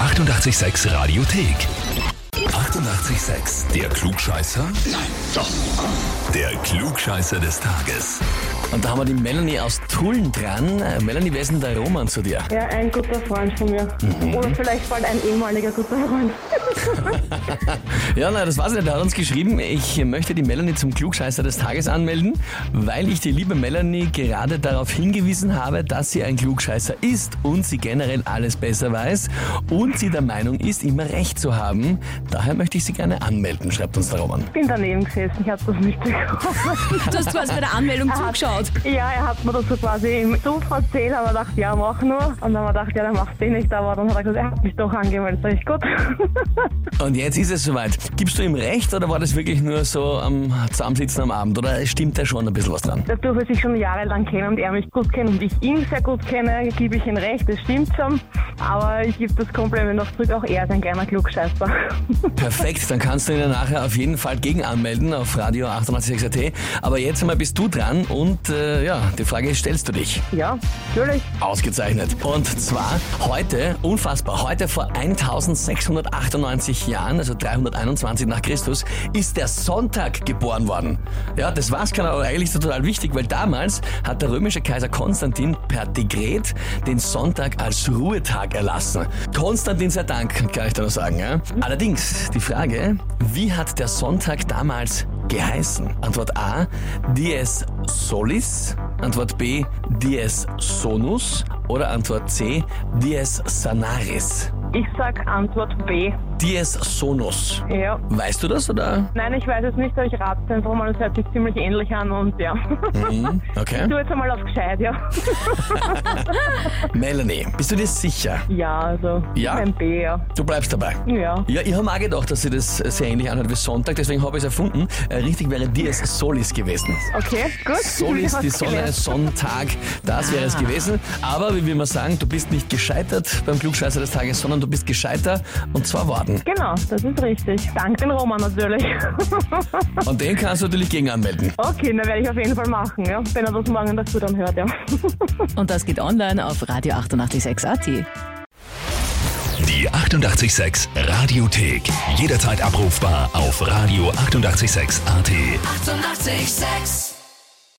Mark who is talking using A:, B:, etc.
A: 886 Radiothek. 88,6. Der Klugscheißer? Nein, doch. Der Klugscheißer des Tages.
B: Und da haben wir die Melanie aus Tulln dran. Äh, Melanie, wer ist denn der Roman zu dir?
C: Ja, ein guter Freund von mir. Oder vielleicht bald ein ehemaliger guter Freund.
B: Ja, nein, das war's nicht. Der hat uns geschrieben, ich möchte die Melanie zum Klugscheißer des Tages anmelden, weil ich die liebe Melanie gerade darauf hingewiesen habe, dass sie ein Klugscheißer ist und sie generell alles besser weiß und sie der Meinung ist, immer recht zu haben. Daher möchte ich sie gerne anmelden, schreibt uns der Roman.
C: Bin daneben gesessen, ich habe das nicht bekommen.
D: Du hast quasi bei der Anmeldung zugeschaut.
C: ja, er hat mir das so quasi im Zug erzählt, aber dachte, ja, mach nur. Und dann haben wir gedacht, ja, dann machst du eh nicht. Aber dann hat er gesagt, er hat mich doch angemeldet. Sag ich, gut.
B: Und jetzt ist es soweit. Gibst du ihm recht oder war das wirklich nur so am Zusammensitzen am Abend oder stimmt da schon ein bisschen was dran?
C: Dadurch, dass ich schon jahrelang kenne und er mich gut kennt und ich ihn sehr gut kenne, gebe ich ihm recht, das stimmt schon. Aber ich gebe das Kompliment auch zurück, auch er ist ein kleiner Klugscheißer.
B: Perfekt, dann kannst du ihn ja nachher auf jeden Fall gegen anmelden auf Radio 886.at. Aber jetzt einmal bist du dran und äh, ja, die Frage ist, stellst du dich.
C: ja, natürlich.
B: Ausgezeichnet. Und zwar heute, unfassbar, heute vor 1698 Jahren, also 321 nach Christus, ist der Sonntag geboren worden. Ja, das war's kann aber eigentlich so total wichtig, weil damals hat der römische Kaiser Konstantin per Dekret den Sonntag als Ruhetag erlassen. Konstantin sei Dank, kann ich da noch sagen. Ja? Allerdings, die Frage, wie hat der Sonntag damals geheißen? Antwort A, Dies Solis. Antwort B, Dies Sonus. Oder Antwort C, Dies Sanaris.
C: Ich sag Antwort B.
B: Dies Sonus.
C: Ja.
B: Weißt du das oder?
C: Nein, ich weiß es nicht, aber ich rate es einfach mal, es hört sich ziemlich ähnlich an und ja.
B: Mhm,
C: Ich
B: Okay.
C: tu jetzt einmal auf gescheit, ja.
B: Melanie, bist du dir sicher?
C: Ja, also
B: Ja.
C: ein B, ja.
B: Du bleibst dabei.
C: Ja.
B: Ja, ich habe auch gedacht, dass sie das sehr ähnlich anhört wie Sonntag, deswegen habe ich es erfunden. Äh, Richtig wäre Dies Solis gewesen.
C: Okay, gut.
B: Solis,
C: Ich
B: die
C: hab's
B: Sonne,
C: gelernt.
B: Sonntag, das wäre es gewesen. Aber wie wir immer sagen, du bist nicht gescheitert beim Klugscheißer des Tages, sondern du bist gescheiter und zwar worden.
C: Genau, das ist richtig. Dank den Roman natürlich.
B: Und den kannst du natürlich gegen anmelden.
C: okay, dann werde ich auf jeden Fall machen, ja. Wenn er das morgen dazu dann hört, ja.
D: Und das geht online auf radio 886 AT.
A: Die 88,6 Radiothek. Jederzeit abrufbar auf radio886.at. 88,6.
E: Eighty-eight, sex.